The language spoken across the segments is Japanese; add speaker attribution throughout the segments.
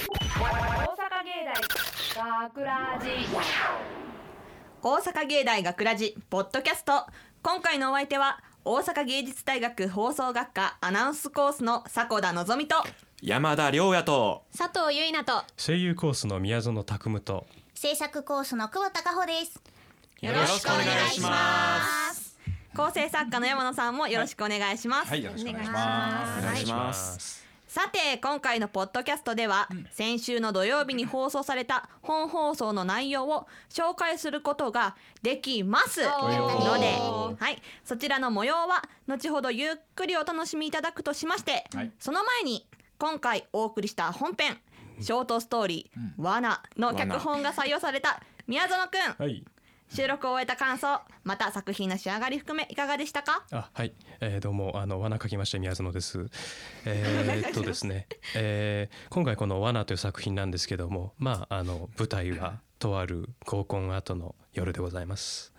Speaker 1: 大阪芸大学ラジ
Speaker 2: 大阪芸大学ラジポッドキャスト今回のお相手は大阪芸術大学放送学科アナウンスコースの迫田望と
Speaker 3: 山田亮也と
Speaker 4: 佐藤ゆいなと
Speaker 5: 声優コースの宮園拓夢と
Speaker 6: 制作コースの久保孝穂です。
Speaker 3: よろしくお願いします。
Speaker 2: 構成作家の山野さんもよろしくお願いします、
Speaker 7: はい、よろしくお願いします。
Speaker 3: お願いし
Speaker 5: ま
Speaker 3: ます。
Speaker 5: す
Speaker 2: さて今回のポッドキャストでは、先週の土曜日に放送された本放送の内容を紹介することができますので、はい、そちらの模様は後ほどゆっくりお楽しみいただくとしまして、
Speaker 7: はい
Speaker 2: その前に今回お送りした本編ショートストーリー「罠」の脚本が採用された宮園くん
Speaker 5: はい
Speaker 2: 収録を終えた感想また作品の仕上がり含めいかがでしたか
Speaker 5: あはい、えー、どうもあの罠書きました宮園です。えー、っとです ね、えー、今回この罠という作品なんですけども、まああの舞台はとある合コン後の夜でございます。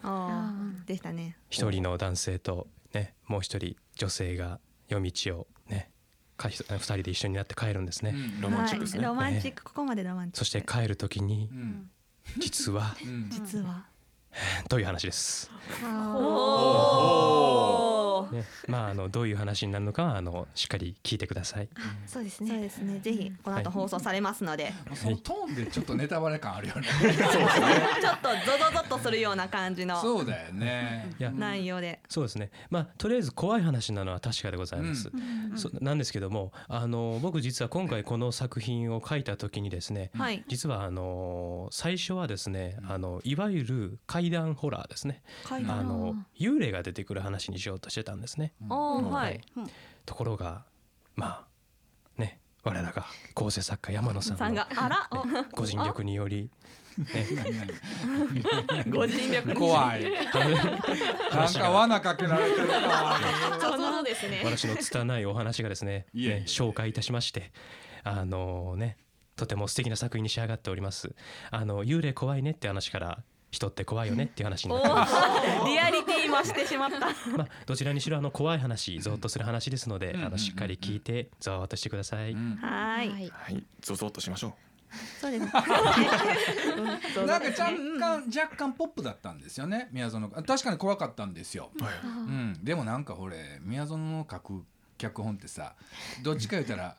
Speaker 2: でしたね。
Speaker 5: 一人の男性とね、もう一人女性が夜道をね、かひ二人で一緒になって帰るんですね。
Speaker 3: ロマンチックですね。
Speaker 2: はい、ロマンチックここまでロマンチック
Speaker 5: そして帰る時に
Speaker 7: うん
Speaker 5: 実は
Speaker 7: うん
Speaker 2: 実は
Speaker 5: という話です。
Speaker 2: おお、
Speaker 5: ね、まああのどういう話になるのかはあのしっかり聞いてください。
Speaker 4: そうで
Speaker 2: そ
Speaker 4: す
Speaker 2: うですね。ぜひこの後放送されますので、
Speaker 7: そのトーンでちょっとネタバレ感あるよね。
Speaker 2: ちょっとゾゾゾっとするような感じの
Speaker 7: そうだよね。
Speaker 5: いや
Speaker 2: 内容で、
Speaker 5: そうですね。まあとりあえず怖い話なのは確かでございます。そなんですけども、あの僕実は今回この作品を書いた時にですね、
Speaker 2: はい。
Speaker 5: 実はあの最初はですね、あのいわゆる怪談ホラーですね。
Speaker 2: 書い
Speaker 5: あ
Speaker 2: たの。
Speaker 5: の幽霊が出てくる話にしようとしてたんですね。
Speaker 2: おーはい。
Speaker 5: ところがまあね我らが構成作家山野さん
Speaker 2: さん
Speaker 5: の
Speaker 2: があ ら、お
Speaker 5: ご尽力により、ね、
Speaker 2: ご尽力。
Speaker 7: 怖い。なんか罠かけられてるか。
Speaker 2: そうそうです ね。
Speaker 5: 私の拙いお話がですね
Speaker 7: いえいえ
Speaker 5: ね紹介いたしましてあのねとても素敵な作品に仕上がっておりますあの幽霊怖いねって話から人って怖いよねっていう話に
Speaker 2: お
Speaker 5: なってます
Speaker 2: ーリアリティもしてしまった。
Speaker 5: まあどちらにしろあの怖い話ゾッとする話ですので
Speaker 7: うん
Speaker 5: あのしっかり聞いてざわわとしてくだ さい、
Speaker 7: うん
Speaker 2: はーい。
Speaker 4: い。
Speaker 3: はい、ゾゾっとしましょう。
Speaker 2: そうです。
Speaker 7: なんか若干若干ポップだったんですよね。宮園の確かに怖かったんですよ。うん。でもなんかほれ宮園の書く脚本ってさ、どっちか言ったら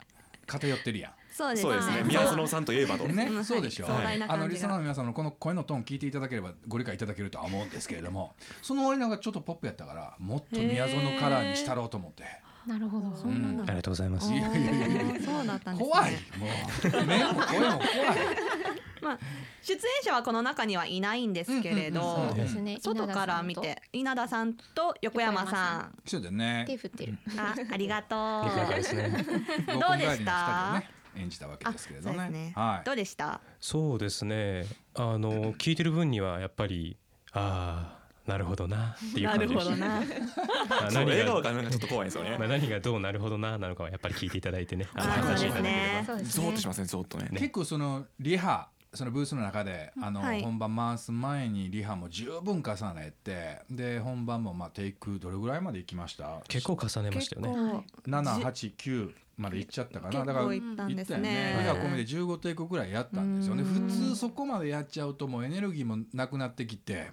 Speaker 7: 偏ってるやん。
Speaker 2: そうです
Speaker 3: そうですね。宮園さんといえばと。
Speaker 7: ね
Speaker 2: う、ん
Speaker 7: そうでしょ、
Speaker 2: はい壮大な感じが
Speaker 7: あのリスナーの皆さんのこの声のトーン聞いていただければご理解いただけるとは思うんですけれどもその割なんかちょっとポップやったからもっと宮園カラーにしたろうと思って、
Speaker 4: なるほど。
Speaker 2: そうなん
Speaker 5: あ
Speaker 2: だ。
Speaker 5: りがとうございます
Speaker 7: いやいやいや
Speaker 2: そうだったんです、ね。
Speaker 7: 怖いもう目も声も怖い
Speaker 2: まあ出演者はこの中にはいないんですけれど、
Speaker 7: うんうんうんそうです
Speaker 4: ね
Speaker 2: 外から見て稲田さんと横山さ
Speaker 7: そうだよね
Speaker 4: 手振ってる。
Speaker 2: んあありがとう
Speaker 5: 肉仲ですね
Speaker 7: 合コン帰りの二人をね演じたわけ
Speaker 2: あ
Speaker 7: です
Speaker 2: そ
Speaker 7: け
Speaker 2: う
Speaker 7: れ
Speaker 2: です
Speaker 7: どね
Speaker 2: ね、
Speaker 7: はい
Speaker 2: どうでした
Speaker 5: そうですねあの聞いてる分にはやっぱりああなるほどなっていう
Speaker 2: な
Speaker 5: 感じ
Speaker 2: る
Speaker 5: で
Speaker 2: ほ
Speaker 5: した
Speaker 2: どな
Speaker 5: あ
Speaker 3: そう、
Speaker 5: 何
Speaker 3: 笑顔
Speaker 5: が
Speaker 3: がなんかちょっと怖いんですよね
Speaker 5: まあ。何がどうなるほどななのかはやっぱり聞いていただいてね。
Speaker 2: あ
Speaker 5: の
Speaker 2: ー
Speaker 5: 話
Speaker 2: そう
Speaker 5: し
Speaker 2: です
Speaker 5: たいただ
Speaker 2: ね
Speaker 4: そうです
Speaker 3: ゾゾっ
Speaker 4: ね
Speaker 3: とし。ません、ゾゾっとね。
Speaker 7: 結構そのリハそのブースの中であの
Speaker 2: はい
Speaker 7: 本番回す前にリハも十分重ねてで本番もまあテイクどれぐらいまで行きました
Speaker 5: けど結構重ねましたよね。
Speaker 7: 七八九まで行っちゃったかな。
Speaker 2: 結
Speaker 7: だから
Speaker 2: 構いったんですね
Speaker 7: 行ったよね。込みで十五テイクぐらいやったんですよね。
Speaker 2: うん
Speaker 7: 普通そこまでやっちゃうともうエネルギーもなくなってきて、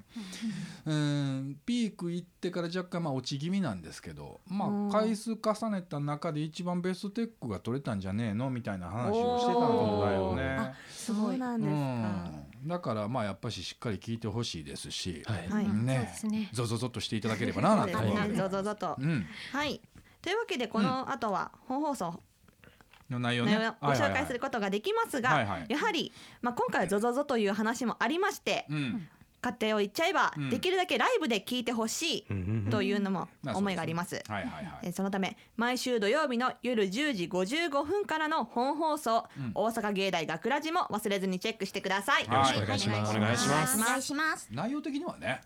Speaker 7: うんピーク行ってから若干まあ落ち気味なんですけど、
Speaker 2: う
Speaker 7: ま
Speaker 2: ん
Speaker 7: あ回数重ねた中で一番ベストテイクが取れたんじゃねえのみたいな話をしてたんだよね。
Speaker 2: すごいなん
Speaker 7: う
Speaker 2: ですか、
Speaker 7: ん。だからまあやっぱししっかり聞いてほしいですし、
Speaker 5: はい。
Speaker 2: はい
Speaker 4: そう
Speaker 7: ね
Speaker 4: で、すね。
Speaker 7: ゾゾゾっとしていただければななんて思う。
Speaker 2: はいぞぞぞと、
Speaker 7: うん。
Speaker 2: はいというわけでこの後は本放送
Speaker 7: の内容
Speaker 2: の
Speaker 7: ね。
Speaker 2: 内容をご紹介することができますが、
Speaker 7: はいはいはい
Speaker 2: やはり、まあ、今回は「ゾゾゾという話もありまして、
Speaker 7: うん。
Speaker 2: 家庭を言っちゃえば、
Speaker 7: うん
Speaker 2: できるだけライブで聞いてほし
Speaker 5: うんうんう
Speaker 2: い
Speaker 5: ん
Speaker 2: というのも思いがあります。
Speaker 7: はいはいはい。
Speaker 2: えーそのため毎週土曜日の夜10時55分からの本放送、
Speaker 7: うん
Speaker 2: 大阪芸大学ラジも忘れずにチェックしてください。
Speaker 7: はい
Speaker 5: よろしくお願いします。
Speaker 3: お願いします
Speaker 6: お願いします。
Speaker 7: 内容的にはね、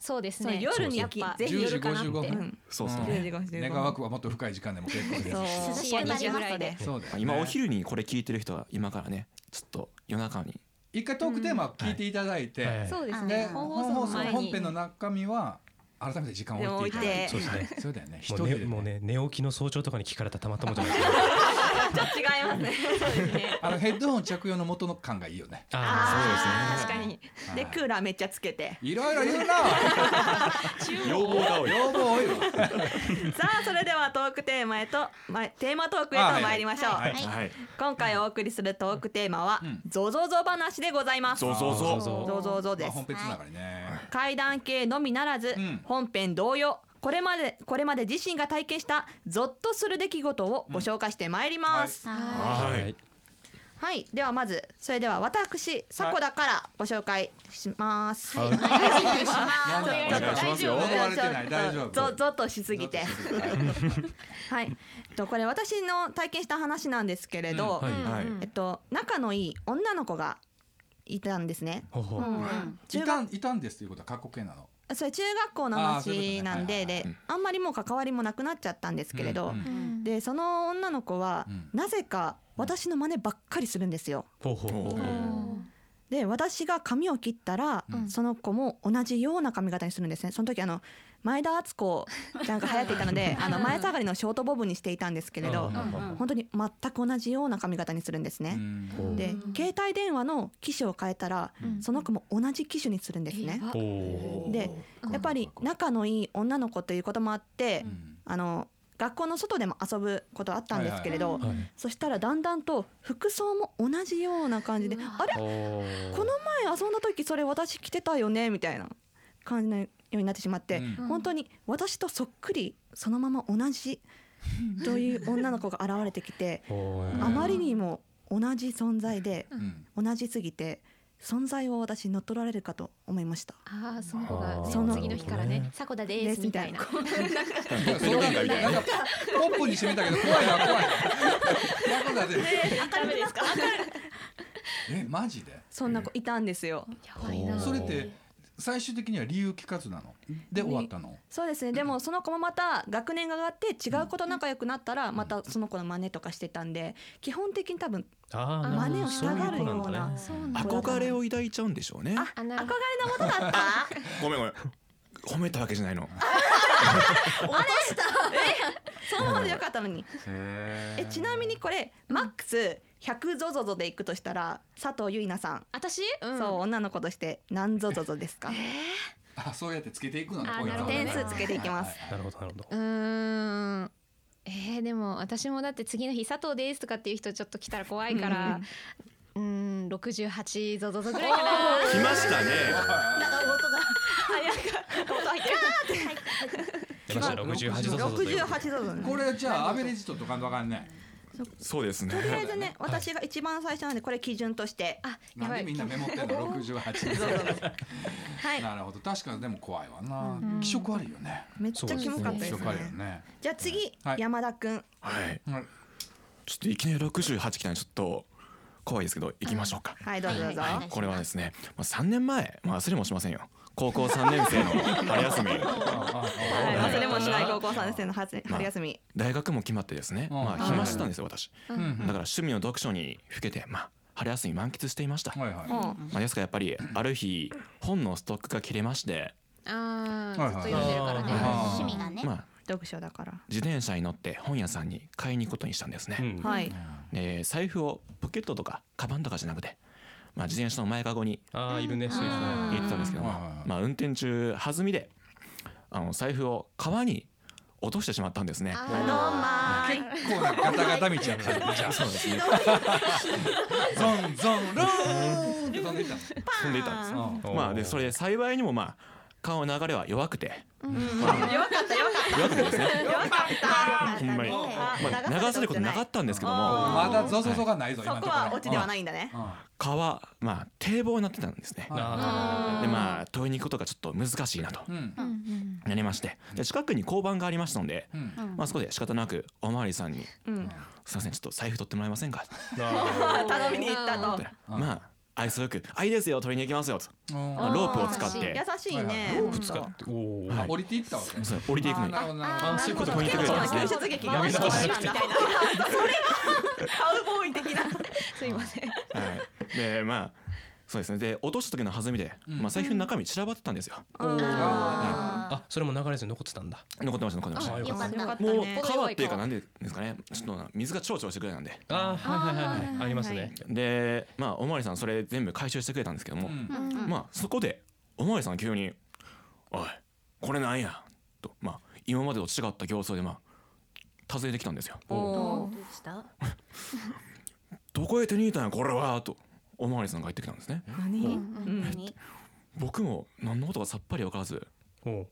Speaker 4: そうです
Speaker 2: そう
Speaker 4: ね。
Speaker 2: 夜にやっぱ
Speaker 4: ぜひ夜かなって。
Speaker 7: 10時55分
Speaker 2: うん
Speaker 3: そうです
Speaker 7: うん
Speaker 3: ね。
Speaker 2: 10時55分
Speaker 7: 願わくはもっと深い時間でも結構です。
Speaker 2: そう
Speaker 6: 涼し
Speaker 2: こ
Speaker 6: く
Speaker 2: こ
Speaker 6: な
Speaker 2: に
Speaker 6: り
Speaker 2: ぐ
Speaker 6: ま
Speaker 2: らい
Speaker 6: す
Speaker 2: で
Speaker 6: ね。
Speaker 7: そうだよね
Speaker 3: 今お昼にこれ聞いてる人は今からね、ちょっと夜中に。
Speaker 7: 一回トークテーマを聞いていただいて、
Speaker 5: はい
Speaker 4: そうです
Speaker 6: は
Speaker 4: ね
Speaker 7: で。
Speaker 6: い
Speaker 4: 本
Speaker 7: 本放
Speaker 4: 放送の
Speaker 7: 送
Speaker 4: 前
Speaker 7: 本
Speaker 4: に
Speaker 7: 編の中身は改めて時間を置いていただい
Speaker 2: 置
Speaker 7: て、
Speaker 5: いてそうです
Speaker 7: そうだよね。一
Speaker 5: も
Speaker 7: 人
Speaker 5: う
Speaker 7: で
Speaker 5: ね
Speaker 7: ね
Speaker 5: もうね寝起きの早朝とかに聞かれたらたまったもんじゃないです
Speaker 2: ちょっと違いますね。そうですね。
Speaker 7: あのヘッドホン着用の元の感がいいよ ね。
Speaker 2: あ
Speaker 3: ーそう
Speaker 4: 確かに
Speaker 2: で
Speaker 7: はい
Speaker 2: クーラーめっちゃつけて。
Speaker 7: いろいろ言うな。
Speaker 3: 要望が多い
Speaker 7: 要望多いわ。
Speaker 2: さあそれではトークテーマへと、ま、テーマトークへと参りましょう。
Speaker 6: あはい
Speaker 3: はい
Speaker 2: 今回お送りするトークテーマは、
Speaker 7: うん
Speaker 2: ゾゾゾ話でございます。
Speaker 3: そうそう
Speaker 5: そ
Speaker 3: そ
Speaker 5: う
Speaker 3: う
Speaker 5: そう
Speaker 2: ゾゾゾで
Speaker 7: まあ
Speaker 2: す
Speaker 7: 本。編つながりね。
Speaker 2: 階段系のみならず、
Speaker 7: うん
Speaker 2: 本編同様これまでこれまで自身が体験したゾッとする出来事をご紹介してまいります、
Speaker 6: は
Speaker 3: は
Speaker 5: はいい
Speaker 2: はい、ではまずそれでは私迫田からご紹介します、
Speaker 5: はい
Speaker 6: い。お願いし
Speaker 7: な
Speaker 6: ま
Speaker 7: ん
Speaker 6: す。
Speaker 3: お願いしますよ
Speaker 7: 思われてない大丈夫。
Speaker 2: ゾゾッとしすぎ て
Speaker 7: ゾッとしすぎて
Speaker 2: はい、えっと、これ私の体験した話なんですけれど、
Speaker 5: うんはい
Speaker 3: はい
Speaker 4: うんうん
Speaker 2: えっと、仲のいい女の子がいたんですね
Speaker 5: ほうほう
Speaker 4: うんうん
Speaker 7: いたんいたんですということは過去形なの。
Speaker 2: それ中学校の
Speaker 7: あーそうい
Speaker 2: 話
Speaker 7: うことね
Speaker 2: なん
Speaker 7: は
Speaker 2: で
Speaker 7: いはいはい
Speaker 2: であんまりもう関わりもなくなっちゃったんですけれど、
Speaker 7: うんうん
Speaker 4: うん
Speaker 2: でその女の子は、
Speaker 7: うん
Speaker 2: なぜか私の真似ばっかりするんですよ
Speaker 5: ほうほうほうほ
Speaker 4: お
Speaker 5: う
Speaker 4: ー
Speaker 2: で私が髪を切ったら、
Speaker 4: うん
Speaker 2: その子も同じような髪型にするんですねその時あの前田敦子なんか流行っていたのであの前下がりのショートボブにしていたんですけれど
Speaker 5: うん
Speaker 6: うん
Speaker 2: 本当に全く同じような髪型にするんですね、
Speaker 7: うん
Speaker 2: で
Speaker 4: うん
Speaker 2: 携帯電話の機種を変えたら、
Speaker 7: うん
Speaker 2: その子も同じ機種にするんですね、
Speaker 4: やば
Speaker 5: ほう
Speaker 3: おー
Speaker 2: でやっぱり仲のいい女の子ということもあって、
Speaker 7: うん
Speaker 2: あの学校の外でも遊ぶことあったんですけれど、
Speaker 5: はい
Speaker 2: そしたらだんだんと服装も同じような感じで
Speaker 4: うわ
Speaker 2: あれ
Speaker 5: ほう
Speaker 2: この前遊んだ時それ私着てたよねみたいな感じのようになってしまって、
Speaker 7: うん
Speaker 2: 本当に私とそっくりそのまま同じという女の子が現れてきて
Speaker 5: ほう
Speaker 2: あまりにも同じ存在で
Speaker 7: うん
Speaker 2: 同じすぎて存在を私乗っ取られるかと思いました。
Speaker 4: あーその子が
Speaker 5: あ
Speaker 2: ー
Speaker 4: ね次の日から
Speaker 5: そう
Speaker 4: ね
Speaker 5: ね
Speaker 4: 「迫田です」みたいな
Speaker 2: です
Speaker 7: なんかそれなんか
Speaker 3: みたいな
Speaker 7: なんかポップに締めたけど怖いわ怖いわ。なんだで
Speaker 2: ダメですか
Speaker 7: えマジで。
Speaker 2: そんな子いたんですよ。
Speaker 4: やばいな
Speaker 7: それって最終的には理由聞かずなの。で終わったの。
Speaker 2: そうですねでもその子もまた学年が上がって違う子と仲良くなったらまたその子の真似とかしてたんで基本的に多分
Speaker 5: あー
Speaker 4: 真似を
Speaker 5: そう
Speaker 4: した
Speaker 5: いう
Speaker 4: が
Speaker 2: る
Speaker 5: 子ん
Speaker 2: よう
Speaker 5: だ
Speaker 2: な
Speaker 5: ね
Speaker 4: そうなんだ
Speaker 3: 憧れを抱いちゃうんでしょうね
Speaker 2: あ憧
Speaker 4: あ
Speaker 2: れ
Speaker 4: な
Speaker 2: の
Speaker 4: るほ
Speaker 2: も
Speaker 4: ど
Speaker 2: とだった
Speaker 3: ごめんごめん褒めたわけじゃないの
Speaker 2: そのままでよかったのに
Speaker 7: え
Speaker 2: えちなみにこれマックス100ゾゾゾでいくとしたら佐藤結菜さん、
Speaker 4: 私うん
Speaker 2: そう女の子として何ゾゾゾですか
Speaker 7: あそうやってつけていくのね
Speaker 4: あ
Speaker 7: こういうのはね
Speaker 4: なるほど点数
Speaker 2: つけていきます
Speaker 7: は
Speaker 5: なるほどなるほど
Speaker 4: うーんえー、でも私もだって次の日「佐藤です」とかっていう人ちょっと来たら怖いからうーん68ゾゾゾぐらいかな
Speaker 3: 来ましたね
Speaker 6: なんか音が。
Speaker 5: 出ました六十八度
Speaker 2: 68ゾゾゾね
Speaker 7: これじゃあアベレージととかんとわかんない。
Speaker 3: そうですね
Speaker 2: とりあえずね私が一番最初なんでこれ基準として
Speaker 4: あや
Speaker 7: なん
Speaker 4: ば
Speaker 7: で
Speaker 4: い
Speaker 7: みんなメモってんの六十八。
Speaker 2: はい
Speaker 7: なるほど確かにでも怖いわな
Speaker 4: う。ん
Speaker 7: 気色悪いよね。
Speaker 2: めっちゃキモかった
Speaker 7: 気
Speaker 2: ですね
Speaker 7: 色悪いよね。
Speaker 2: じゃあ次、
Speaker 7: はい
Speaker 2: 山田くん
Speaker 3: はい
Speaker 7: うん
Speaker 3: ちょっといきなり68来たんでちょっと怖いですけど行きましょうか
Speaker 2: はいどうぞどうぞ、
Speaker 6: はいはい
Speaker 3: これはですね、まあ、3年前、まあ、忘れもしませんよ高校3年生の春休み
Speaker 2: はい、
Speaker 3: はい
Speaker 2: 忘れもしない高校3年生の初春休み、
Speaker 3: 大学も決まってですね、
Speaker 7: うん
Speaker 3: まあ、暇してたんですよ私
Speaker 7: うんう
Speaker 3: だ
Speaker 7: ん
Speaker 3: から趣味の読書にふけて、まあ、春休み満喫していました、
Speaker 7: はいはい。
Speaker 2: もう
Speaker 3: まあ、ですからやっぱりある日本のストックが切れまして、
Speaker 4: あ
Speaker 7: は
Speaker 4: ー
Speaker 7: い
Speaker 4: ずっ
Speaker 7: はい
Speaker 4: と読んでるから
Speaker 7: あ
Speaker 4: ね
Speaker 7: ー
Speaker 6: 趣味がね。
Speaker 3: まあ、
Speaker 2: 読書だから、
Speaker 3: 自転車に乗って本屋さんに買いに行くことにしたんですね、
Speaker 5: うん
Speaker 2: はい
Speaker 3: で財布をポケットとかカバンとかじゃなくて、まあ、自転車の前かごに
Speaker 5: ああいるねそういう人
Speaker 4: あ
Speaker 3: 言ってたんですけども、
Speaker 7: はいはいはい
Speaker 3: まあ、運転中弾みであの財布を川に落としてしまったんですね。
Speaker 2: あのーま
Speaker 7: 結構なガタガタ道やったね。じゃあ
Speaker 3: そうですね
Speaker 7: ゾンゾンローンって飛んでいったの。
Speaker 3: 飛んでいたんですね。
Speaker 7: うん
Speaker 3: まあでそれで幸いにもまあ川の流れは弱くて
Speaker 2: ー弱かった弱かっ
Speaker 3: 弱くてですね
Speaker 2: た弱かった
Speaker 3: ほんまに、
Speaker 2: あ
Speaker 3: まあ、流されることなかったんですけども
Speaker 7: まだゾゾゾがないぞ
Speaker 2: そ
Speaker 7: 今のと
Speaker 2: こ
Speaker 7: ころ。
Speaker 2: はオチではないんだね
Speaker 7: うん。うん
Speaker 3: 川まあ堤防になってたんですね。
Speaker 5: あ
Speaker 3: でまあ遠いに行くことがちょっと難しいなと
Speaker 7: うん
Speaker 4: うんうん
Speaker 3: なりましてで近くに交番がありましたので、
Speaker 7: うん。
Speaker 3: まあ、そこで仕方なくおまわりさんに
Speaker 2: うん
Speaker 3: 「すいませんちょっと財布取ってもらえませんか?」って
Speaker 5: ーあ
Speaker 2: 頼みに行ったと
Speaker 3: 言ったらまあ愛想よく「あいいですよ取りに行きますよ」と
Speaker 7: うん
Speaker 3: まあロープを使っ
Speaker 2: 優
Speaker 3: て
Speaker 2: しいね
Speaker 7: ロ
Speaker 5: ーぶつかっておお
Speaker 7: あ
Speaker 3: はい
Speaker 7: 降りていったわけ。
Speaker 3: そう降りていくのに
Speaker 7: なるほどなるほど
Speaker 5: あそういうこと
Speaker 2: ポ
Speaker 5: ポ
Speaker 2: イ
Speaker 5: イ
Speaker 2: ント
Speaker 5: ント
Speaker 2: ぐ
Speaker 5: ぐ
Speaker 2: ら
Speaker 5: ら
Speaker 2: いで
Speaker 5: いですす
Speaker 2: ね救出
Speaker 5: ね
Speaker 2: 劇
Speaker 5: やめてほし
Speaker 2: みたい
Speaker 5: い
Speaker 2: なそれがカウボーイ的な
Speaker 4: すいません
Speaker 3: はい、でまあそうですねで落とした時の弾みで、
Speaker 7: うん
Speaker 3: まあ、財布の中身散らばってたんですよ
Speaker 6: あ
Speaker 5: あそれも流れずに残ってたんだ
Speaker 3: 残ってました残ってました
Speaker 5: あ
Speaker 6: ーよかった
Speaker 2: よかった
Speaker 3: もう
Speaker 2: ね
Speaker 3: 川っていうかなんでですかねちょっとな水がちょろちょろしてくれなんで
Speaker 5: あはいはいはいはいありますね
Speaker 3: でまあおまわりさんそれ全部回収してくれたんですけども、
Speaker 7: うん
Speaker 3: まあそこでおまわりさん急に「おいこれなんや」とまあ今までと違った形相でまあ訪ねてきたんですよ。
Speaker 2: おー
Speaker 6: どうした
Speaker 3: どこへ手に入れたんやこれはとおまわりさんが言ってきたんですね。
Speaker 2: 何
Speaker 6: 何
Speaker 3: 僕も何のことかさっぱり分からず
Speaker 5: おう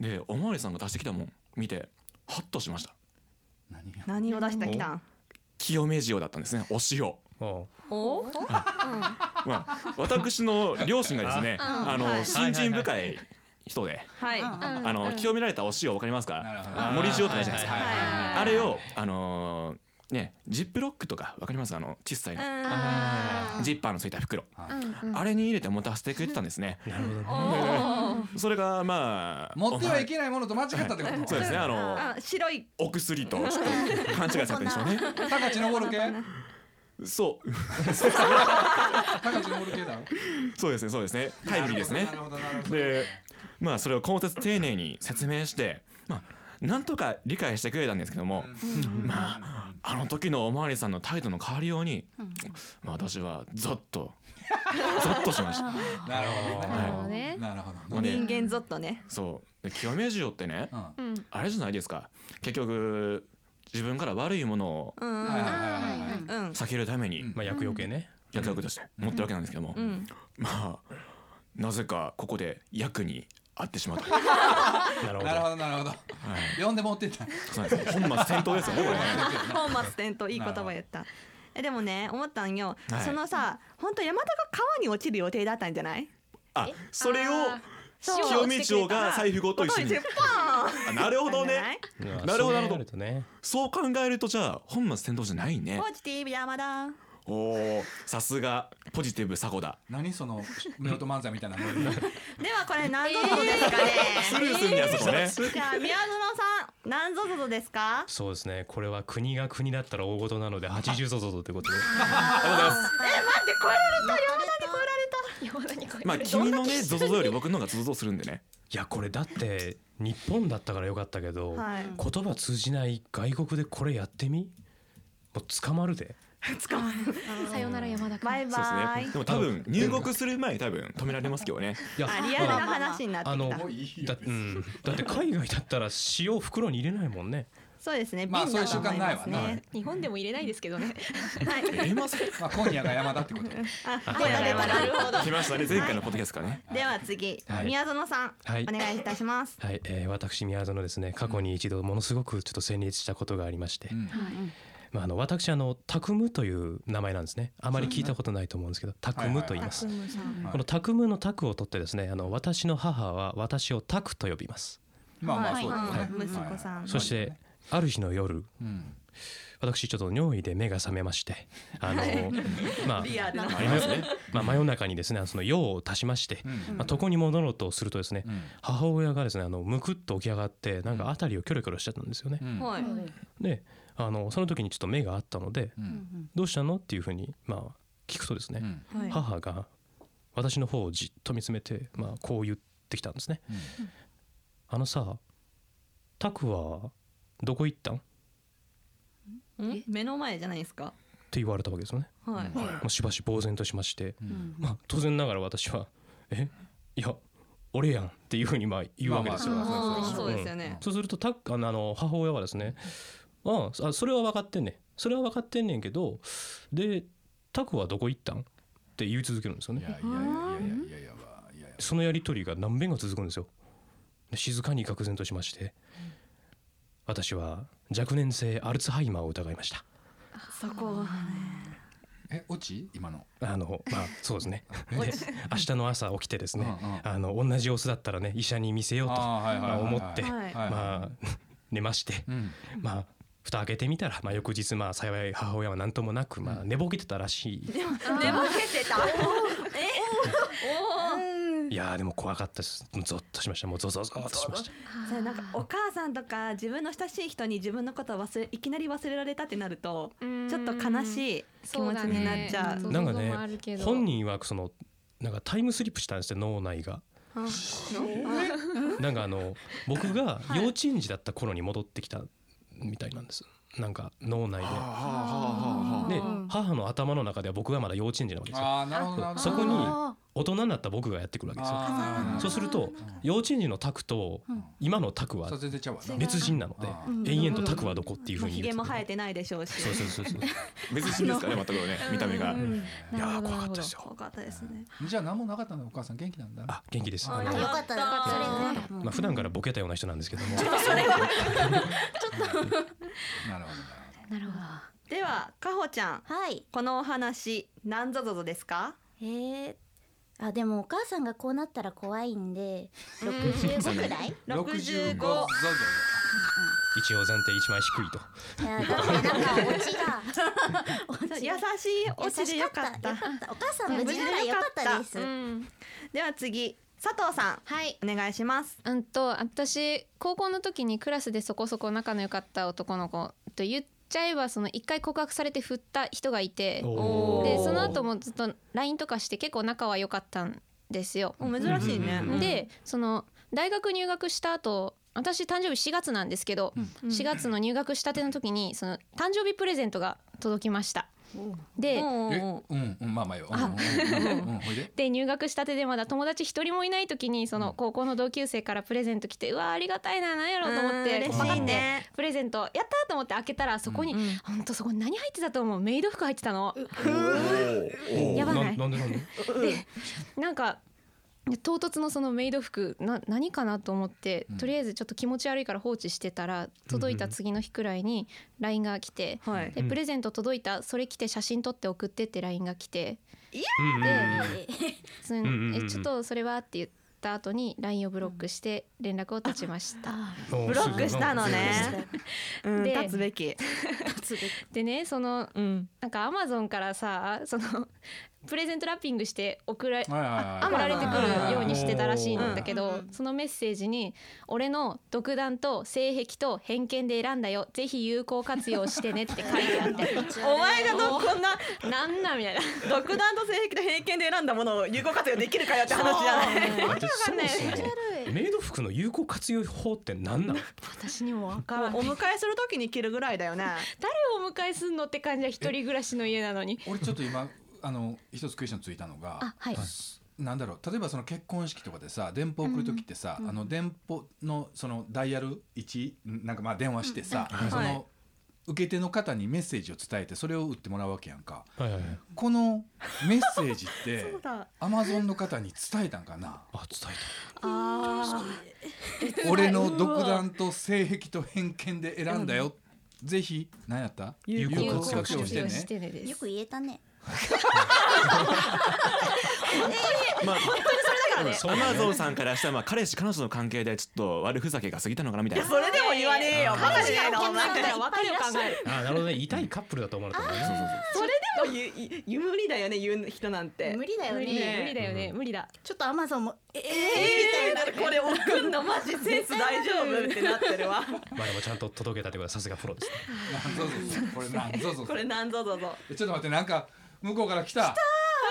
Speaker 3: でおまわりさんが出してきたもん見てハッとしました。
Speaker 7: 何が
Speaker 2: 何を出してきたん
Speaker 3: 清め塩だったんですねお塩。
Speaker 5: おう
Speaker 2: お
Speaker 3: まあ私の両親がです ね
Speaker 4: あ
Speaker 3: あ
Speaker 2: は
Speaker 3: の
Speaker 2: い
Speaker 3: 信心深い人で。
Speaker 2: はい
Speaker 3: あの清められたお塩わかります
Speaker 7: なるほ
Speaker 3: か
Speaker 7: ど
Speaker 3: 森塩ってあるじゃないです
Speaker 7: は
Speaker 3: か
Speaker 7: いはいはい
Speaker 3: あれをあのーねジップロックとかわかりますあの小さいの
Speaker 2: あ
Speaker 3: ジッパーのついた袋
Speaker 4: うんうん
Speaker 3: あれに入れて持たせてくれてたんですね
Speaker 5: なるほどね
Speaker 3: それがまあ
Speaker 7: 持ってはい
Speaker 3: け
Speaker 7: けないものと間違ったってこと
Speaker 3: そうですねあの
Speaker 2: ー白い
Speaker 3: お薬とちょっと勘違いされたんでしょうね
Speaker 7: 高知登る系
Speaker 3: そう
Speaker 7: 高知登る系だろ
Speaker 3: そうですねそうですねタイムリーですね
Speaker 7: なるほどなるほど
Speaker 3: でまあそれを根節丁寧に説明してまあなんとか理解してくれたんですけども、まああの時のおまわりさんの態度の変わりように、まあ、私はゾッとゾッとしました
Speaker 7: なるほど
Speaker 4: なるほ
Speaker 7: ね
Speaker 4: どね
Speaker 7: なるほど
Speaker 3: もうね
Speaker 2: 人間ゾッとね
Speaker 3: そうで清め塩ってね
Speaker 7: うん
Speaker 4: うん
Speaker 3: あれじゃないですか結局自分から悪いものを
Speaker 2: うんうん
Speaker 7: はいはいはい
Speaker 2: う
Speaker 7: はい
Speaker 2: ん
Speaker 3: 避けるために
Speaker 7: うん
Speaker 5: まあ厄除けね
Speaker 3: 薬学として持ってるわけなんですけども、
Speaker 2: うん
Speaker 3: まあなぜかここで薬に合ってしまった、は
Speaker 5: なるほ
Speaker 7: なるほ
Speaker 5: ど
Speaker 7: どなるほど
Speaker 3: い、
Speaker 7: 呼んで持ってった
Speaker 3: そうなんです よ本末転倒ですよねこれね
Speaker 2: 本末転倒いい言葉言ったえでもね思ったんよ、
Speaker 3: はい
Speaker 2: そのさ本当山田が川に落ちる予定だったんじゃない
Speaker 3: あそれを
Speaker 4: あ
Speaker 2: そう
Speaker 3: 清水町が財布ごと一緒に
Speaker 2: ポーン
Speaker 3: あなるほどね
Speaker 5: うわ
Speaker 3: なるほどなるほど
Speaker 5: そうやとね
Speaker 3: そう考えるとじゃあ本末転倒じゃないね
Speaker 2: ポジティブ山田
Speaker 3: おーさすがポジティブサコだ
Speaker 7: 何その室戸漫才みたいなノリ
Speaker 2: ではこれ何ぞぞですかね、
Speaker 3: スルーすんねやそこね
Speaker 2: じゃあ宮園さん何ぞぞぞですか
Speaker 5: そうですねこれは国が国だったら大事なので80ぞぞぞってこと で
Speaker 4: 山田に声
Speaker 3: まあ君のねゾゾゾより僕の方がゾゾゾするんでね
Speaker 5: いやこれだって日本だったからよかったけど、
Speaker 2: はい
Speaker 5: 言葉通じない外国でこれやってみもう捕まるで
Speaker 2: 捕まえる
Speaker 4: さよなら山田君
Speaker 2: バイ
Speaker 3: そうです
Speaker 2: バイ
Speaker 3: ねでも多分入国する前に多分止められますけどね
Speaker 5: いや
Speaker 2: あリアルな話になって
Speaker 5: あ
Speaker 2: き
Speaker 5: の
Speaker 2: た
Speaker 7: いい
Speaker 5: だっ,、うん、だって海外だったら塩を袋に入れないもんね
Speaker 2: そうですね
Speaker 7: まあ
Speaker 2: 瓶だと思いま
Speaker 7: そ
Speaker 2: す
Speaker 7: ういう習慣ないわ
Speaker 2: ね
Speaker 7: な
Speaker 4: 日本でも入れないですけどね
Speaker 2: はい
Speaker 3: えません
Speaker 7: まあ今夜が山田ってこと
Speaker 2: あ
Speaker 5: あ
Speaker 2: 声が出た
Speaker 5: な
Speaker 2: るほど
Speaker 3: 来ましたね前回のポッドキャストからね
Speaker 2: では次、
Speaker 5: はい
Speaker 2: 宮園さん、
Speaker 5: はい
Speaker 2: お願いいたします。
Speaker 5: はい、えー、私宮園ですね過去に一度ものすごくちょっと戦慄したことがありまして、
Speaker 7: うん
Speaker 5: まあ、あの私あのタクムという名前なんですねあまり聞いたことないと思うんですけどタクムと言います、
Speaker 7: はい
Speaker 5: このタクムのタクを取ってですねあの私の母は私をタクと呼びます
Speaker 7: まあまあそうだ
Speaker 2: はい
Speaker 7: ね
Speaker 2: 息子さん。
Speaker 5: そしてある日の夜
Speaker 7: うん
Speaker 5: 私ちょっと尿意で目が覚めましてあの、まあ
Speaker 2: リアルな。
Speaker 3: ありますね
Speaker 5: まあ、真夜中にですねその用を足しまして、
Speaker 7: うん
Speaker 5: まあ、床に戻ろうとするとですね、
Speaker 7: うん
Speaker 5: 母親がですねあのむくっと起き上がってなんか辺りをキョロキョロしちゃったんですよね
Speaker 7: う。ん
Speaker 2: はい。
Speaker 5: であのその時にちょっと目があったので
Speaker 7: うん
Speaker 5: 「どうしたの?」っていうふうに、まあ、聞くとです
Speaker 7: う
Speaker 5: ね、
Speaker 7: ん
Speaker 2: はい。
Speaker 5: 母が私の方をじっと見つめて、まあ、こう言ってきたんですね。あのさタクはどこ行ったんっ
Speaker 2: ん目の前じゃないですか。
Speaker 5: て言われたわけですよね。
Speaker 2: はい。
Speaker 5: まあ、しばし呆然としまして、
Speaker 7: ん
Speaker 5: まあ、当然ながら私は「えいや俺やん」っていうふうにまあ言うわけですよ。
Speaker 7: まあまあ
Speaker 2: うん
Speaker 7: そ
Speaker 2: そうう
Speaker 7: で
Speaker 2: ですよね。
Speaker 5: そうするとタックあのあの母親はですね「ああそれは分かってんねんそれは分かってんねんけどでタクはどこ行ったん?」って言い続けるんですよ
Speaker 7: いやい
Speaker 5: ね。
Speaker 7: やいやいやいやいやいやいや
Speaker 5: そのやり取りが何遍が続くんですよ。で静かに愕然としまして私は若年性アルツハイマーを疑いました。
Speaker 2: そこは
Speaker 7: え落ち今の
Speaker 5: あのまあそうですね で明日の朝起きてですね
Speaker 7: うんうん
Speaker 5: あの同じ様子だったらね医者に見せようと
Speaker 7: あーはいはい
Speaker 5: まあ
Speaker 7: はいはい
Speaker 5: 思って
Speaker 2: はい
Speaker 5: まあ 寝まして
Speaker 7: うん
Speaker 5: まあ蓋開けてみたら、まあ、翌日まあ幸い母親は何ともなく、 まあ、寝ぼけてたらしい、
Speaker 2: 寝ぼけてた。え？おお。
Speaker 5: いやーでも怖かったですゾッとしましたもうゾゾゾッとしました
Speaker 2: それなんかお母さんとか自分の親しい人に自分のことを忘れいきなり忘れられたってなるとちょっと悲
Speaker 4: い
Speaker 2: しい気持ちになっちゃう。
Speaker 4: そう
Speaker 5: な
Speaker 4: だ
Speaker 5: んか
Speaker 4: ゾゾゾもあ
Speaker 5: ね
Speaker 4: るけど
Speaker 5: 本人曰くそのなんかタイムスリップしたんですよ脳内が。なんかあの僕が幼稚園児だった頃に戻ってきたみたいなんです。なんか脳内
Speaker 3: はあは
Speaker 5: で。
Speaker 3: あはあはあ
Speaker 5: で母の頭の中では僕がまだ幼稚園児なわけですよ。
Speaker 7: ああなるほどなるほど
Speaker 5: そこに
Speaker 6: あ
Speaker 5: 大人になった僕がやってくるわけですよ。
Speaker 7: あー
Speaker 5: そうすると幼稚園児のタクと今のタクは
Speaker 7: そう全然ちゃうわな
Speaker 5: 別人なの
Speaker 7: あー
Speaker 5: で延々とタクはどこっていうふ
Speaker 2: も
Speaker 5: う
Speaker 2: う
Speaker 5: に
Speaker 2: ひ
Speaker 5: 言
Speaker 2: げ
Speaker 5: う
Speaker 2: も生えてないでしょうし。
Speaker 5: そうそうそうそう。
Speaker 3: 別人ですかね全くね見た目が。
Speaker 4: ないる
Speaker 5: や
Speaker 4: ほ
Speaker 5: ー
Speaker 4: ど
Speaker 5: 怖
Speaker 4: な
Speaker 5: かった
Speaker 4: るほど
Speaker 5: ですよ。
Speaker 2: 怖かったですね。
Speaker 7: じゃあ何もなかったのお母さん元気なんだ
Speaker 5: あ元気です。
Speaker 2: あ
Speaker 5: あの
Speaker 2: よ
Speaker 6: よかったよかったそれね
Speaker 5: まあ普段からボケたような人なんですけど も。
Speaker 7: なるほど
Speaker 4: なるほど
Speaker 2: ではかほちゃん
Speaker 6: はい
Speaker 2: このお話何ぞぞぞですか？
Speaker 6: えー、あでもお母さんがこうなったら怖いんで65くらい
Speaker 7: なるほど
Speaker 2: 六十
Speaker 7: そう
Speaker 2: 五。
Speaker 7: そう
Speaker 5: 一応暫定一枚低いと。
Speaker 6: いやだってなんかオチ
Speaker 2: 優
Speaker 6: が
Speaker 2: しいお
Speaker 6: 優
Speaker 2: ちで
Speaker 6: し
Speaker 2: よ
Speaker 6: か
Speaker 2: か
Speaker 6: っ
Speaker 2: ったた
Speaker 6: よ。かったお母さん無事ならよかったです
Speaker 4: うん
Speaker 2: では次佐藤さん
Speaker 4: はい
Speaker 2: お願いします。
Speaker 4: うんと私高校の時にクラスでそこそこ仲の良かった男の子と言っちゃえばその一回告白されて振った人がいて
Speaker 2: おー
Speaker 4: でその後もずっと LINE とかして結構仲は良かったんですよ。
Speaker 2: お珍しいね。
Speaker 3: うん
Speaker 4: でその大学入学した後私誕生日4月なんですけど、4月の入学したての時にその誕生日プレゼントが届きました。
Speaker 2: お
Speaker 4: で、
Speaker 7: そう
Speaker 2: ー
Speaker 7: そうえうんうんまあまあようんうんうんうんほいで
Speaker 4: で入学したてでまだ友達一人もいない時にその高校の同級生からプレゼント来てうわーありがたいな何やろうと思って
Speaker 2: うん
Speaker 4: パカ
Speaker 2: 嬉し
Speaker 4: っ
Speaker 2: い
Speaker 4: て
Speaker 2: ね
Speaker 4: プレゼントやったーと思って開けたらそこに、
Speaker 2: うんうん
Speaker 4: ほんとそこに何入ってたと思うメイド服入ってたのやばな
Speaker 5: ないなんでなんで。
Speaker 4: なんか唐突のそのメイド服な何かなと思って、
Speaker 7: うん
Speaker 4: とりあえずちょっと気持ち悪いから放置してたら届いた次の日くらいに LINE が来て、
Speaker 2: はい。
Speaker 4: でプレゼント届いたそれ来て写真撮って送ってって LINE が来て
Speaker 5: うんうんうん
Speaker 4: それ
Speaker 5: んうんうん
Speaker 4: えちょっとそれはって言った後に LINE をブロックして連絡を絶ちました。
Speaker 5: もう
Speaker 2: ブロックしたのね。うん
Speaker 4: で
Speaker 2: 立つべき。
Speaker 4: でねその
Speaker 2: うん。
Speaker 4: なんかアマゾンからさそのプレゼントラッピングして送ら
Speaker 7: はいはいはい
Speaker 4: 送られてくるようにしてたらしいんだけ
Speaker 2: うん
Speaker 4: ど
Speaker 2: うん
Speaker 4: そのメッセージに「俺の独断と性癖と偏見で選んだよぜひ有効活用してね」って書いてあって
Speaker 2: お前がどこんな
Speaker 4: 「なんなん?」みたいな
Speaker 2: 独断と性癖と偏見で選んだものを有効活用できるかよって話じゃない。
Speaker 5: だってそもそもメイド服の有効活用法って何なの？
Speaker 4: 私にも 分か
Speaker 2: お迎えするときに着るぐらいだよね。
Speaker 4: 誰をお迎えすんのって感じは一人暮らしの家なのに。
Speaker 7: 俺ちょっと今あの一つクエスチョンついたのが
Speaker 4: あはい
Speaker 7: なんだろう例えばその結婚式とかでさ電報送る時ってさ、あの電報のそのダイヤル1なんかまあ電話してさ、その、
Speaker 2: はい
Speaker 7: 受け手の方にメッセージを伝えてそれを打ってもらうわけやんか
Speaker 5: はいはいはい。
Speaker 7: このメッセージって
Speaker 2: そうだ
Speaker 7: アマゾンの方に伝えたんかな
Speaker 5: あ伝
Speaker 2: あ
Speaker 7: 俺の独断と性癖と偏見で選んだよ、ぜひ何やった
Speaker 5: 有効
Speaker 4: 有効
Speaker 5: 活用
Speaker 4: 活用してね
Speaker 7: して
Speaker 4: です
Speaker 6: よく言えたね
Speaker 3: まあ、本当にそれだからね。アマゾンさんからしたら、まあ、彼氏彼女の関係で、ちょっと悪ふざけが過ぎたのかなみたい
Speaker 2: あ。
Speaker 3: な。
Speaker 2: それでも言わねえよ。バカじゃないの。お前
Speaker 6: いやいや
Speaker 4: 分かるよ考える
Speaker 5: あなるほどね痛いカップルだと思われたんだね。
Speaker 2: それでもゆゆゆ無理だよね言う人なんて。
Speaker 6: 無理だよ
Speaker 4: 無理
Speaker 6: ね
Speaker 4: 無理だよね無理だ
Speaker 6: ちょっとアマゾンもえ
Speaker 2: ええー、みたいなこれ送んのマジセンス大丈夫ってなってるわ。
Speaker 5: まあでもちゃんと届けたってことはさすがプロですね。
Speaker 7: そうそうそうこれなんそうそう
Speaker 2: こ
Speaker 7: そう
Speaker 2: れなんぞぞぞ。
Speaker 7: えちょっと待ってなんか向こうから来た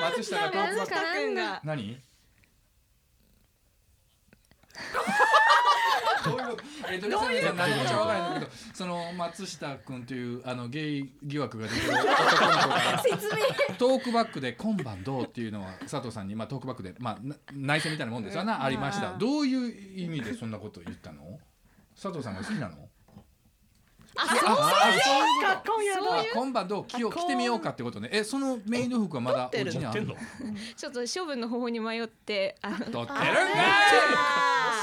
Speaker 7: 松下が
Speaker 4: なん
Speaker 2: 松
Speaker 4: か
Speaker 2: 下くんが。
Speaker 7: 何どういうえっと、どういう何もわからないんだけど、その松下君というあのゲイ疑惑が出てる男の子が
Speaker 6: 説明
Speaker 7: トークバックで今晩どうっていうのは佐藤さんにまあトークバックでまあな内緒みたいなもんですよなありました。どういう意味でそんなこと言ったの？佐藤さんが好きなの？あ、そういうこと
Speaker 2: 今夜どう
Speaker 7: あ今晩どう着よう着てみようかってことね。え、そのメイド服はまだ
Speaker 2: 撮っ
Speaker 7: お
Speaker 2: てる
Speaker 7: 家にあるの？
Speaker 4: ちょっと処分の方法に迷ってあの
Speaker 7: 撮ってるんか
Speaker 4: 押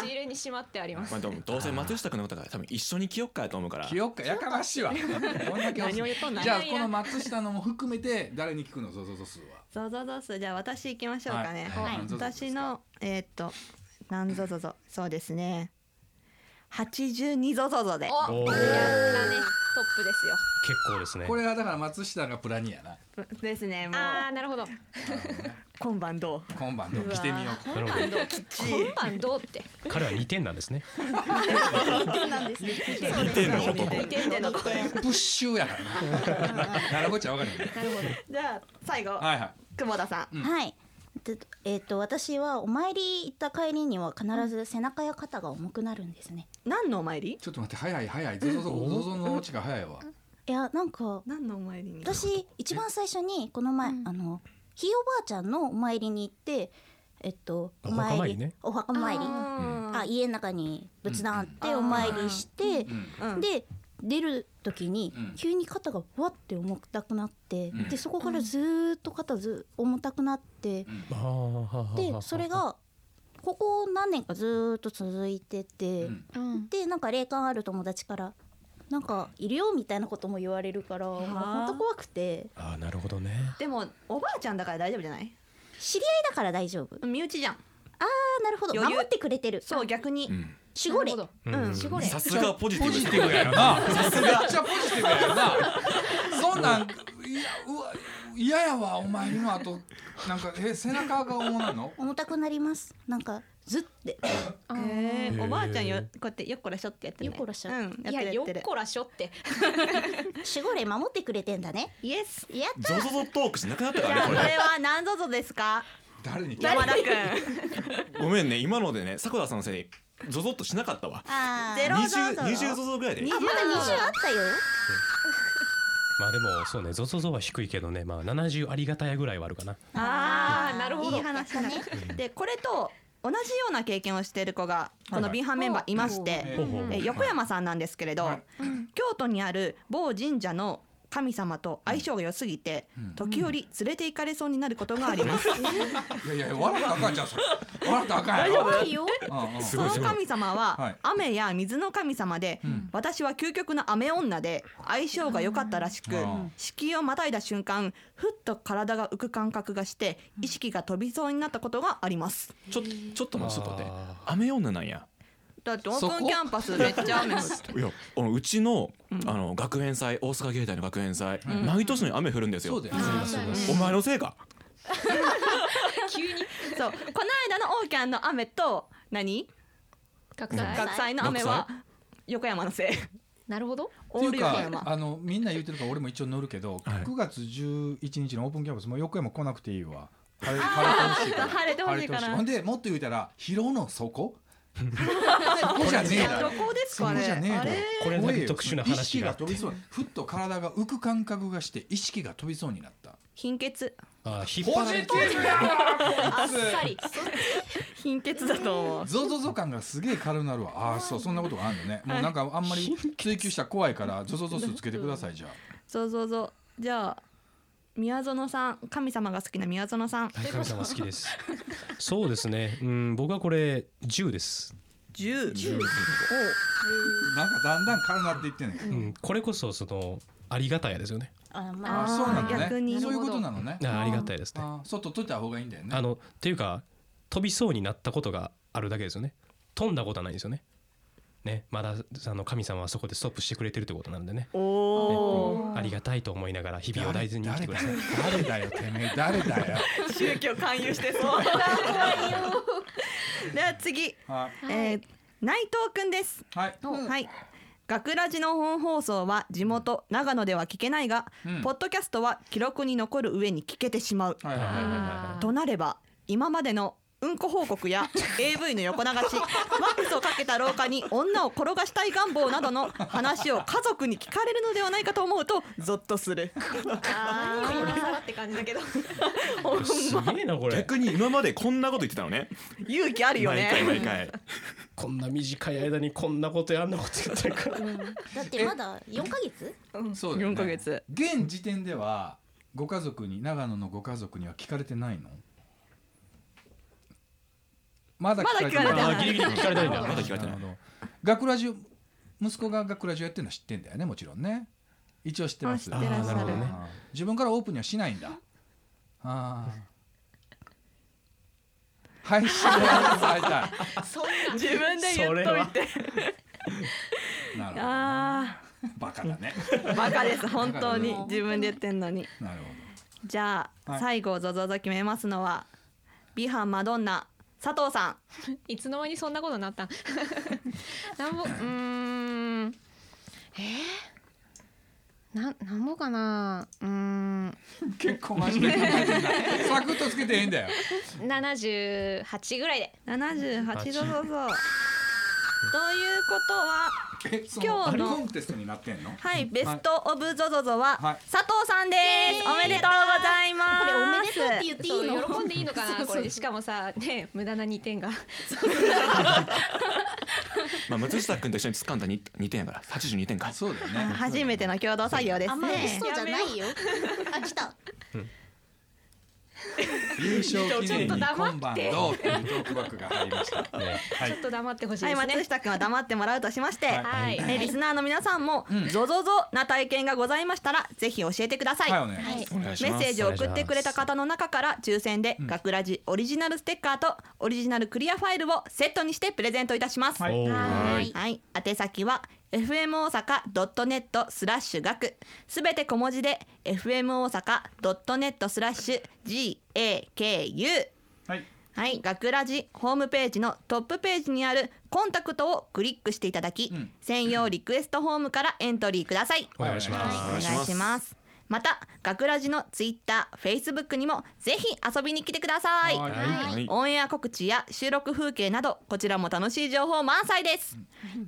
Speaker 2: あ
Speaker 4: し入れにしまってあります
Speaker 3: まあ、でも、どうせ松下君のことだから、多分一緒に着よっかと思うから
Speaker 7: い。着。よっかやかまし いわ。こんだけおすす
Speaker 2: 何を言っとんの
Speaker 7: じゃあこの松下のも含めて誰に聞くの？そうそうそう数は。
Speaker 2: ーぞぞぞすじゃあ私行きましょうかね。
Speaker 7: はいはい
Speaker 2: 私のえーっとなんぞぞぞそうですね。八十二ぞぞぞで。
Speaker 4: お
Speaker 5: お
Speaker 4: や
Speaker 5: ー
Speaker 4: ったねトップですよ
Speaker 5: 結構ですね。
Speaker 7: これがだから松下がプラニやな。
Speaker 2: ですねもう
Speaker 4: あーなるほど
Speaker 7: なるほどね
Speaker 2: 今晩どう
Speaker 7: 今晩どう着てみよう
Speaker 5: なるほど
Speaker 4: 今晩どうって
Speaker 5: 彼は2点なんですね
Speaker 3: 似てんの男
Speaker 7: プッシュやからななるほどちゃ分かるよね
Speaker 4: なるほど
Speaker 2: じゃあ最後
Speaker 7: はいはい
Speaker 2: 久保田さん
Speaker 7: うん
Speaker 6: はい。でえっ、と私はお参り行った帰りには必ず背中や肩が重くなるんですね。
Speaker 2: 何のお参り
Speaker 7: ちょっと待って早い早いゾゾゾゾゾゾの落ちが早いわ
Speaker 6: いやなんか
Speaker 2: 何のお参りに
Speaker 6: 私一番最初にこの前、
Speaker 4: うん
Speaker 6: あのひいおばあちゃんのお参りに行ってえっと
Speaker 5: お墓参りね
Speaker 6: お墓参りあ
Speaker 2: あ
Speaker 6: 家の中に仏壇あってお参りして
Speaker 7: う、ん
Speaker 2: うん
Speaker 6: で出る時に
Speaker 7: うん
Speaker 6: 急に肩がわって重たくなって、
Speaker 7: うん
Speaker 6: でそこからずーっと肩ず重たくなって、
Speaker 5: あーはあはあは
Speaker 6: で
Speaker 5: あ
Speaker 6: それがここ何年かずーっと続いてて、
Speaker 7: うん
Speaker 4: うん
Speaker 6: でなんか霊感ある友達からなんかいるよみたいなことも言われるからもうほんと怖くて
Speaker 5: あーなるほどね
Speaker 2: でもおばあちゃんだから大丈夫じゃない
Speaker 6: 知り合いだから大丈夫
Speaker 2: 身内じゃん
Speaker 6: あなるほど
Speaker 2: 余裕
Speaker 6: 守ってくれてる
Speaker 2: そう逆に
Speaker 3: うん
Speaker 6: 守護霊
Speaker 4: なる
Speaker 5: うん
Speaker 2: うん
Speaker 4: ほど守護霊
Speaker 3: さすがポジティ
Speaker 7: ポ
Speaker 3: ブ
Speaker 7: ジティブやよなめっちゃポジティブやよなそんなんいやうわ嫌やわお前の後なんかえ背中が重なるの
Speaker 6: 重たくなりますなんかずって
Speaker 4: あー
Speaker 2: へ
Speaker 5: へ
Speaker 2: ー
Speaker 5: ー
Speaker 2: おばあちゃんよこうやってよっこらしょってやってるね
Speaker 6: よっこらしょ
Speaker 2: うんやっ
Speaker 4: い
Speaker 2: て
Speaker 4: や
Speaker 2: るや
Speaker 4: よ
Speaker 2: って
Speaker 4: っ
Speaker 2: る
Speaker 4: こらしょって
Speaker 6: 守護霊守ってくれてんだね
Speaker 2: イエス
Speaker 6: やった
Speaker 3: ゾゾゾトークしなくなった
Speaker 2: じ
Speaker 3: か
Speaker 2: ゃあ
Speaker 3: ら
Speaker 2: こ
Speaker 3: ね
Speaker 2: れは何ぞぞですか
Speaker 7: 誰に聞いた
Speaker 2: 山田くん
Speaker 3: これごめんね今のでね迫田さんのせいでゾゾっとしなかったわ
Speaker 6: あー
Speaker 2: ゼロゾゾゾ
Speaker 3: 20 20ゾゾぐらいで
Speaker 2: に
Speaker 6: あまだ20あったよ
Speaker 5: まあでもそうねゾゾゾは低いけどねまあ70ありがたやぐらいはあるかな
Speaker 2: あ
Speaker 4: あーなるほど
Speaker 2: いい話だねでこれと同じような経験をしている子がこの
Speaker 5: はい
Speaker 2: B 班メンバーいまして、
Speaker 7: え
Speaker 5: ほうほう
Speaker 2: えー横山さんなんですけれど、
Speaker 7: はい
Speaker 2: 京都にある某神社の神様と相性が良すぎて、
Speaker 7: うん
Speaker 2: 時折連れて行かれそうになることがあります、
Speaker 7: いやいや笑ったらあかんじゃんそれ笑ったらあかんやろ
Speaker 6: 怖いよ
Speaker 7: うんうん
Speaker 5: す
Speaker 2: そ
Speaker 5: ごい
Speaker 2: の
Speaker 5: すごい
Speaker 2: 神様
Speaker 7: は
Speaker 2: はい雨や水の神様で、
Speaker 7: うん
Speaker 2: 私は究極の雨女で相性が良かったらしく
Speaker 7: うん
Speaker 2: 敷居をまたいだ瞬間ふっと体が浮く感覚がして意識が飛びそうになったことがあります
Speaker 3: ちょちょっと待ってちょっと待って
Speaker 5: あ
Speaker 3: 雨女なんや
Speaker 2: だってオー
Speaker 7: そ
Speaker 2: プン
Speaker 7: こ
Speaker 2: キャンパスめっちゃ雨降って
Speaker 3: いやあのうちの,、あの学園祭大阪芸大の学園祭、
Speaker 7: うん
Speaker 3: 毎年のように雨降るんですよ
Speaker 7: そうだよね
Speaker 4: あーそうだね
Speaker 3: お前のせいか
Speaker 4: 急に
Speaker 2: そうこの間のオーキャンの雨と何
Speaker 4: 学
Speaker 2: 学
Speaker 4: 祭
Speaker 2: 祭の雨は横山のせい
Speaker 4: なるほど
Speaker 2: オー
Speaker 7: っていう
Speaker 2: ル横
Speaker 7: か
Speaker 2: 山
Speaker 7: あのみんな言ってるから俺も一応乗るけ
Speaker 3: は
Speaker 7: ど、
Speaker 3: い
Speaker 7: 9月11日のオープンキャンパスもう横山来なくていいわ晴れ晴れてほしいから
Speaker 2: 晴れてほしいから
Speaker 7: 晴ほんでもっと言うたら広の底そこじゃねえだ
Speaker 2: ど
Speaker 7: ろ
Speaker 2: こです
Speaker 7: そ
Speaker 2: か
Speaker 7: こじゃねえ
Speaker 2: ね
Speaker 7: だ
Speaker 2: あ
Speaker 7: ろ
Speaker 2: れ
Speaker 5: これだけ特殊な
Speaker 7: 意識
Speaker 5: 話があ
Speaker 7: が
Speaker 5: って
Speaker 7: 飛びそうふっと体が浮く感覚がして意識が飛びそうになった
Speaker 2: 貧血
Speaker 5: あー引っ
Speaker 7: ポ
Speaker 5: 張ら
Speaker 7: ジ
Speaker 5: れ
Speaker 7: テ
Speaker 5: て
Speaker 7: ィブや
Speaker 4: あっさり
Speaker 2: 貧血だと思う
Speaker 7: ゾゾゾ感がすげえ軽なるわああーそうそんなことがあるのねもうなんかあんまり追求したら怖いからゾゾゾ数つけてくださいじゃあ
Speaker 2: そうそうそうじゃあ宮園さん神様が好きな宮園さん
Speaker 5: はい神様好きですそうですねうん僕はこれ10です
Speaker 2: 10
Speaker 7: なんかだんだん軽なっていってんねん
Speaker 5: うんこれこそそのありがたやですよね
Speaker 6: あま
Speaker 7: あ
Speaker 6: あ
Speaker 7: ーそうなんだ
Speaker 2: 逆に
Speaker 7: ねそういうことなのね
Speaker 5: あーありがたいですね
Speaker 7: あーそう取っといた方がいいんだよね
Speaker 5: あのっていうか飛びそうになったことがあるだけですよね飛んだことはないんですよねねまだあの神様はそこでストップしてくれてるってことなんでね
Speaker 2: おお
Speaker 5: ありがたいと思いながら日々を大事に生きてください
Speaker 7: 誰だよ誰だよてめえ誰だよ
Speaker 2: 宗教勧誘してそう では次、
Speaker 7: は
Speaker 2: えー内藤くんです
Speaker 7: いはい
Speaker 2: はい学ラジの本放送は地元長野では聞けないが、
Speaker 7: うん
Speaker 2: ポッドキャストは記録に残る上に聞けてしまう、
Speaker 7: はいはいはい
Speaker 4: あー
Speaker 2: となれば今までのうんこ報告や AV の横流 しマックスをかけた廊下に女を転がしたい願望などの話を家族に聞かれるのではないかと思うとゾッとする
Speaker 4: あー今更って感じだけど
Speaker 2: ほん
Speaker 5: す
Speaker 2: ま
Speaker 5: げえなこれ
Speaker 3: 逆に今までこんなこと言ってたのね
Speaker 2: 勇気あるよ
Speaker 3: 毎回毎
Speaker 2: ね
Speaker 3: 回
Speaker 5: こんな短い間にこんなことやんなこと言ってるから
Speaker 6: だってまだ4ヶ月
Speaker 7: そうだよ
Speaker 2: 4
Speaker 7: ね
Speaker 2: ヶ月
Speaker 7: 現時点ではご家族に長野のご家族には聞かれてないのまだ
Speaker 2: まだ聞かれてないあギリ
Speaker 5: ギリ聞かれてないんだ
Speaker 7: まだ聞かれてないなるほど学ラジオ息子が学ラジオやってるのは知ってんだよねもちろんね一応知ってます
Speaker 2: あ知ってらっしゃる
Speaker 7: あーなほどね自分からオープンにはしないんだあ あ配信はされた
Speaker 2: 自分で言っといて
Speaker 7: いなるほ
Speaker 2: あ
Speaker 7: どバカだね
Speaker 2: あーバカです本当に自分で言ってんのに
Speaker 7: なるほど
Speaker 2: じゃあ、
Speaker 7: はい
Speaker 2: 最後ゾゾゾ決めますのは美版マドンナ佐藤さん
Speaker 4: いつの間にそんなことになったん なんぼうーんえー、なんなんぼかなうーん
Speaker 7: 結構真面目に考えてんなサクッとつけていいんだよ
Speaker 4: 78ぐらいで
Speaker 2: 78
Speaker 5: 八
Speaker 2: ゾゾゾということは
Speaker 7: えその
Speaker 2: 今日の
Speaker 7: コンテストになってんの
Speaker 2: はいベストオブゾゾゾは
Speaker 7: はい
Speaker 2: 佐藤さんです、おめでとうございます
Speaker 6: これおめでとうって言っていいの
Speaker 4: そう喜んでいいのか なこれしかもさね無駄な2点が
Speaker 3: まあ松下君と一緒に掴んだ 2, 点やから82点か
Speaker 7: そうだよね
Speaker 2: 初めての共同作業で
Speaker 6: あ
Speaker 2: す
Speaker 6: んまり
Speaker 2: ね
Speaker 6: 嘘じゃないよあ来た
Speaker 7: 優勝記念
Speaker 4: ちょっと
Speaker 7: に
Speaker 4: 黙って
Speaker 7: 今晩どうっていうトークバックが入りました
Speaker 5: ね
Speaker 4: ちょっと黙ってほしい
Speaker 2: は
Speaker 4: で
Speaker 2: い
Speaker 4: すね
Speaker 2: 松下君は黙ってもらうとしまして、
Speaker 4: はい、
Speaker 2: えリスナーの皆さんも、ゾゾゾな体験がございましたらぜひ教えてください、
Speaker 7: はいお願いします
Speaker 3: お願いし
Speaker 2: メ
Speaker 3: ま
Speaker 2: ッ
Speaker 3: す
Speaker 2: セージを送ってくれた方の中から抽選で「学ラジオリジナルステッカー」とオリジナルクリアファイルをセットにしてプレゼントいたします。はい、
Speaker 5: おー
Speaker 6: はい
Speaker 2: 宛先は fm 大阪 .net スラッシュ学すべて小文字で fm 大阪 .net スラッシュ GAKU
Speaker 7: はい
Speaker 2: はい、学ラジホームページのトップページにあるコンタクトをクリックしていただき、
Speaker 7: ん
Speaker 2: 専用リクエストフォームからエントリーください。
Speaker 5: お願いします
Speaker 2: お願いします。また、学ラジのツイッター、フェイスブックにもぜひ遊びに来てください。
Speaker 7: はい
Speaker 3: はい
Speaker 2: オンエア告知や収録風景などこちらも楽しい情報満載です。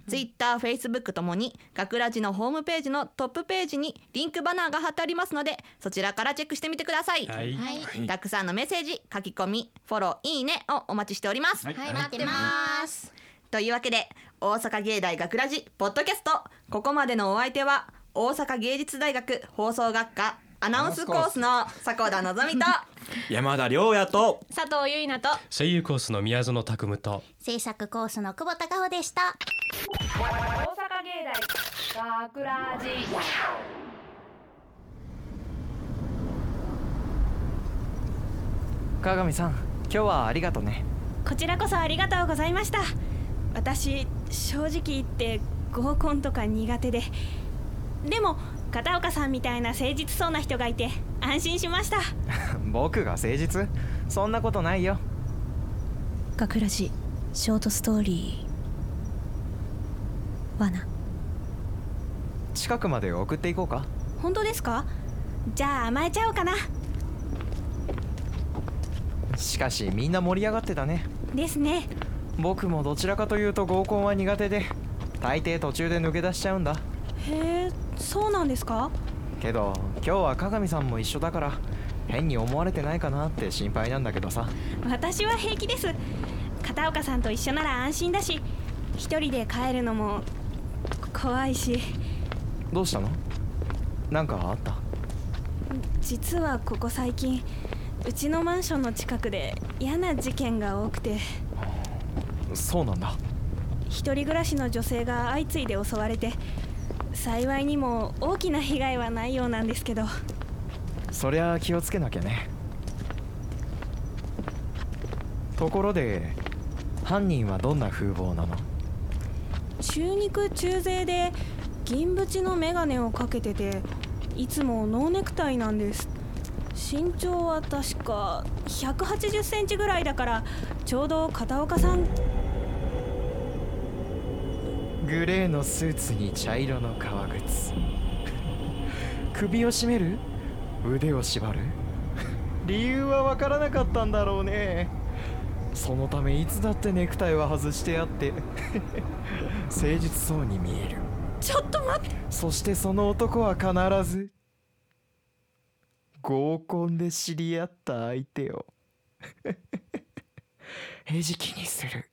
Speaker 2: ツイッター、フェイスブックともに学ラジのホームページのトップページにリンクバナーが貼ってありますのでそちらからチェックしてみてください。
Speaker 5: はい
Speaker 6: はい
Speaker 3: い
Speaker 2: たくさんのメッセージ、書き込み、フォロー、いいねをお待ちしております。
Speaker 6: はい待ってます
Speaker 2: というわけで大阪芸大学ラジポッドキャストここまでのお相手は大阪芸術大学放送学科アナウンスコースの迫田望と
Speaker 3: 山田亮也と
Speaker 4: 佐藤ゆいなと
Speaker 5: 声優コースの宮園拓夢と
Speaker 6: 制作コースの久保孝穂でした
Speaker 1: 大阪芸大学ラジ
Speaker 8: 川上さん今日はありがとね
Speaker 9: こちらこそありがとうございました私正直言って合コンとか苦手ででも片岡さんみたいな誠実そうな人がいて安心しました
Speaker 8: 僕が誠実そんなことないよ
Speaker 9: 学ラジショートストーリー罠
Speaker 8: 近くまで送っていこうか
Speaker 9: 本当ですかじゃあ甘えちゃおうかな
Speaker 8: しかしみんな盛り上がってたね
Speaker 9: ですね
Speaker 8: 僕もどちらかというと合コンは苦手で大抵途中で抜け出しちゃうんだ
Speaker 9: へえそうなんですか
Speaker 8: けど今日は加上さんも一緒だから変に思われてないかなって心配なんだけどさ
Speaker 9: 私は平気です片岡さんと一緒なら安心だし一人で帰るのも怖いし
Speaker 8: どうしたのなんかあった
Speaker 9: 実はここ最近うちのマンションの近くで嫌な事件が多くて
Speaker 8: そうなんだ
Speaker 9: 一人暮らしの女性が相次いで襲われて幸いにも大きな被害はないようなんですけど
Speaker 8: そりゃ気をつけなきゃねところで犯人はどんな風貌なの
Speaker 9: 中肉中背で銀縁の眼鏡をかけてていつもノーネクタイなんです身長は確か1 8 0センチぐらいだからちょうど片岡さん
Speaker 8: グレーのスーツに茶色の革靴首を絞める腕を縛る理由は分からなかったんだろうねそのためいつだってネクタイは外してあって誠実そうに見える
Speaker 9: ちょっと待って
Speaker 8: そしてその男は必ず合コンで知り合った相手 を餌食にする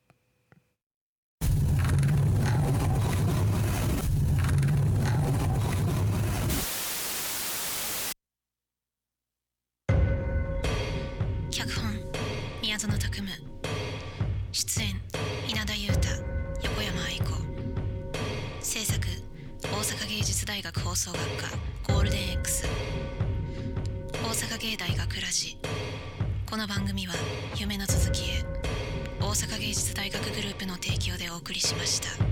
Speaker 10: 脚本宮園拓夢出演稲田裕太横山愛子制作大阪芸術大学放送学科ゴールデン X 大阪芸大学ラジこの番組は夢の続きへ大阪芸術大学グループの提供でお送りしました。